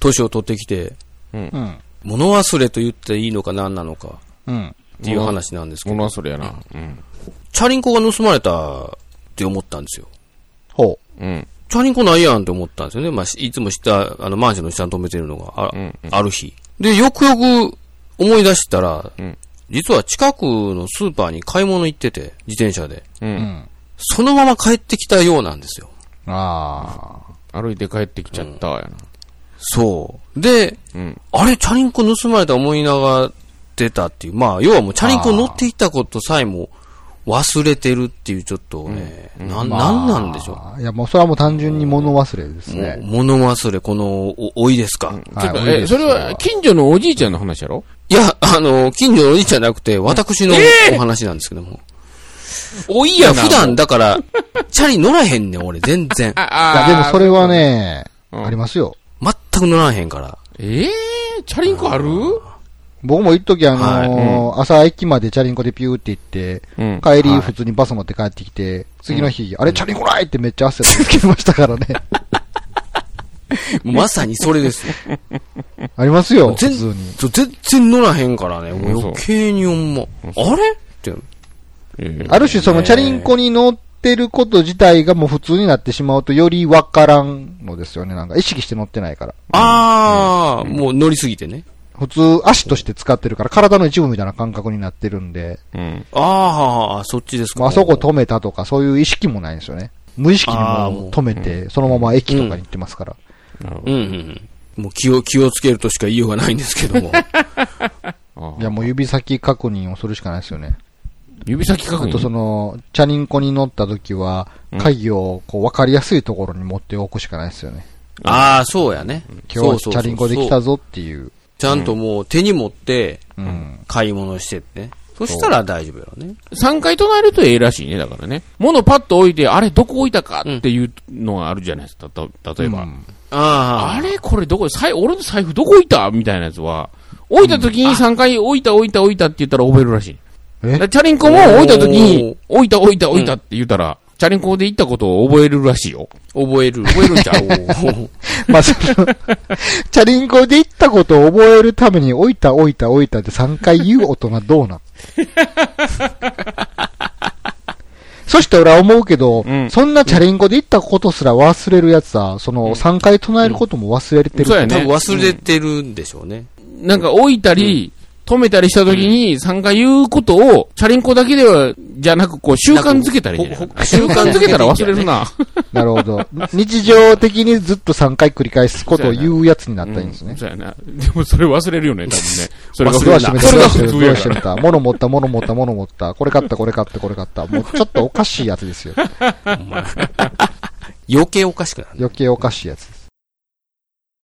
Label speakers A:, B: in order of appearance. A: 年を取ってきて、
B: うん
C: う。ん。
A: 物忘れと言っていいのか何なのか
C: うん。
A: っていう話なんですけ
B: も
A: ど、
B: のそれやな。うん。
A: チャリンコが盗まれたって思ったんですよ。
C: ほ
B: うん。
A: チャリンコないやんって思ったんですよね。まあ、しいつも下、あの、マンションの下に止めてるのが、あ,、
B: うんうん
A: ある日。で、よくよく思い出したら、
B: うん
A: 実は近くのスーパーに買い物行ってて、自転車で。
B: う。
C: う。うんん。
A: そのまま帰ってきたようなんですよ。
C: あ
B: 歩いて帰ってきちゃったやな。
A: そう。で、
B: うん。
A: あれ、チャリンコ盗まれた思いながら出たっていう。まあ、要はもうチャリンコ乗っていたことさえも忘れてるっていう、ちょっとね、な
C: あ。
A: ん、
C: ま
A: なん
C: あ
A: なんでしょう。
C: いや、もうそれはもう単純に物忘れですね。
A: 物忘れ、この、お、老いですか、
C: はい
B: ちょっと、
C: 多い
B: え、
C: です
B: それは近所のおじいちゃんの話やろ
A: いや、あの、近所のおじいちゃんじゃなくて、私のお話なんですけども。
B: おい
A: いや、普段だから、チャリ乗らへんねん、俺、全然。
C: いや、でも
B: ああ
C: それはね、
B: うん
C: ありますよ。
A: 全く乗らへんから。
B: ええチャリンコある
C: 僕も一時あのー
A: はい
C: 朝駅までチャリンコでピューって行って、
B: うん
C: 帰り普通にバス持って帰ってきて、次の日、あれチャリンコないってめっちゃ汗を つけましたから ね。
A: まさにそれですよ。
C: ありますよ、普
A: 全
C: 通に。
A: そう全然乗らへんからね、もう
B: そう
A: 余計に思う。あれって。
B: え
C: ある種そのチャリンコに乗ってること自体がもう普通になってしまうとよりわからんのですよね。なんか意識して乗ってないから。
A: あー、もう乗りすぎてね。
C: 普通足として使ってるから体の一部みたいな感覚になってるんで、
B: えうん。
A: あー、そっちです
C: も
A: か。
C: うあそこ止めたとかそういう意識もないんですよね。無意識に
A: あーも
C: も
A: う
C: う止めて、そのまま駅とかに行ってますから。
B: なるほ
A: うんうんうん。もう気を、気をつけるとしか言いようがないんですけども。
B: ど。
C: いや、もう指先確認をするしかないですよね。
B: 指先確
C: あとそ
B: 認。
C: の、チャリンコに乗った時は
B: うん、
C: 鍵をこう分かりやすいところに持っておくしかないですよね。
A: あー、そうやね。
C: 今日
A: そうそ
C: はチ
A: うそう
C: ャリンコできたぞっていう。
A: ちゃんともう手に持って、
C: うん。
A: 買い物してってね。そしたら大丈夫やろね。
B: 3回唱えるとええらしいね、だからね。物パッと置いて、あれどこ置いたかっていうのがあるじゃないですか、たと例えば。
C: うん
A: あ
B: あれこれどこ、財俺の財布どこ置いたみたいなやつは、置いた時に3回置いた置いた置いたって言ったら覚えるらしい。
C: え
B: だからチャリンコも置いた時に、置いた置いた
A: ん
B: 置いたって言ったら、チャリンコで行ったことを覚えるらしいよ。
A: あ、覚える。覚えるんち ゃう
C: まあ、その、 チャリンコで行ったことを覚えるために、置いた置いた置いたって3回言う大人どう なんそして俺は思うけど、
B: うん
C: そんなチャリンコで行ったことすら忘れるやつは、その3回唱えることも忘れてる
B: そうや
A: 多
B: ね
A: 分。忘れてるんでしょうね。
B: なんか置いたり、止めたりした時に3回言うことを、チャリンコだけでは、じゃなく、こう、習慣づけたりね
A: ほほ。
B: 習慣づ けたら忘れるな。
C: なるほど。日常的にずっと3回繰り返すことを言うやつになったらいいんですね。
B: そうやな。でもそれ忘れるよね、多 分ね。それ
C: ド
B: が
C: ア閉めた、
B: そ
C: ド
B: れ
C: ア閉め
B: が普
C: た、
B: 通
C: ドア
B: やか
C: 閉
B: ら。
C: めた、物持った、物持った、物持った、これ買った、これ買った、これ買った、もうちょっとおかしいやつですよ。
A: 余計おかしくなる。
C: 余計おかしいやつです。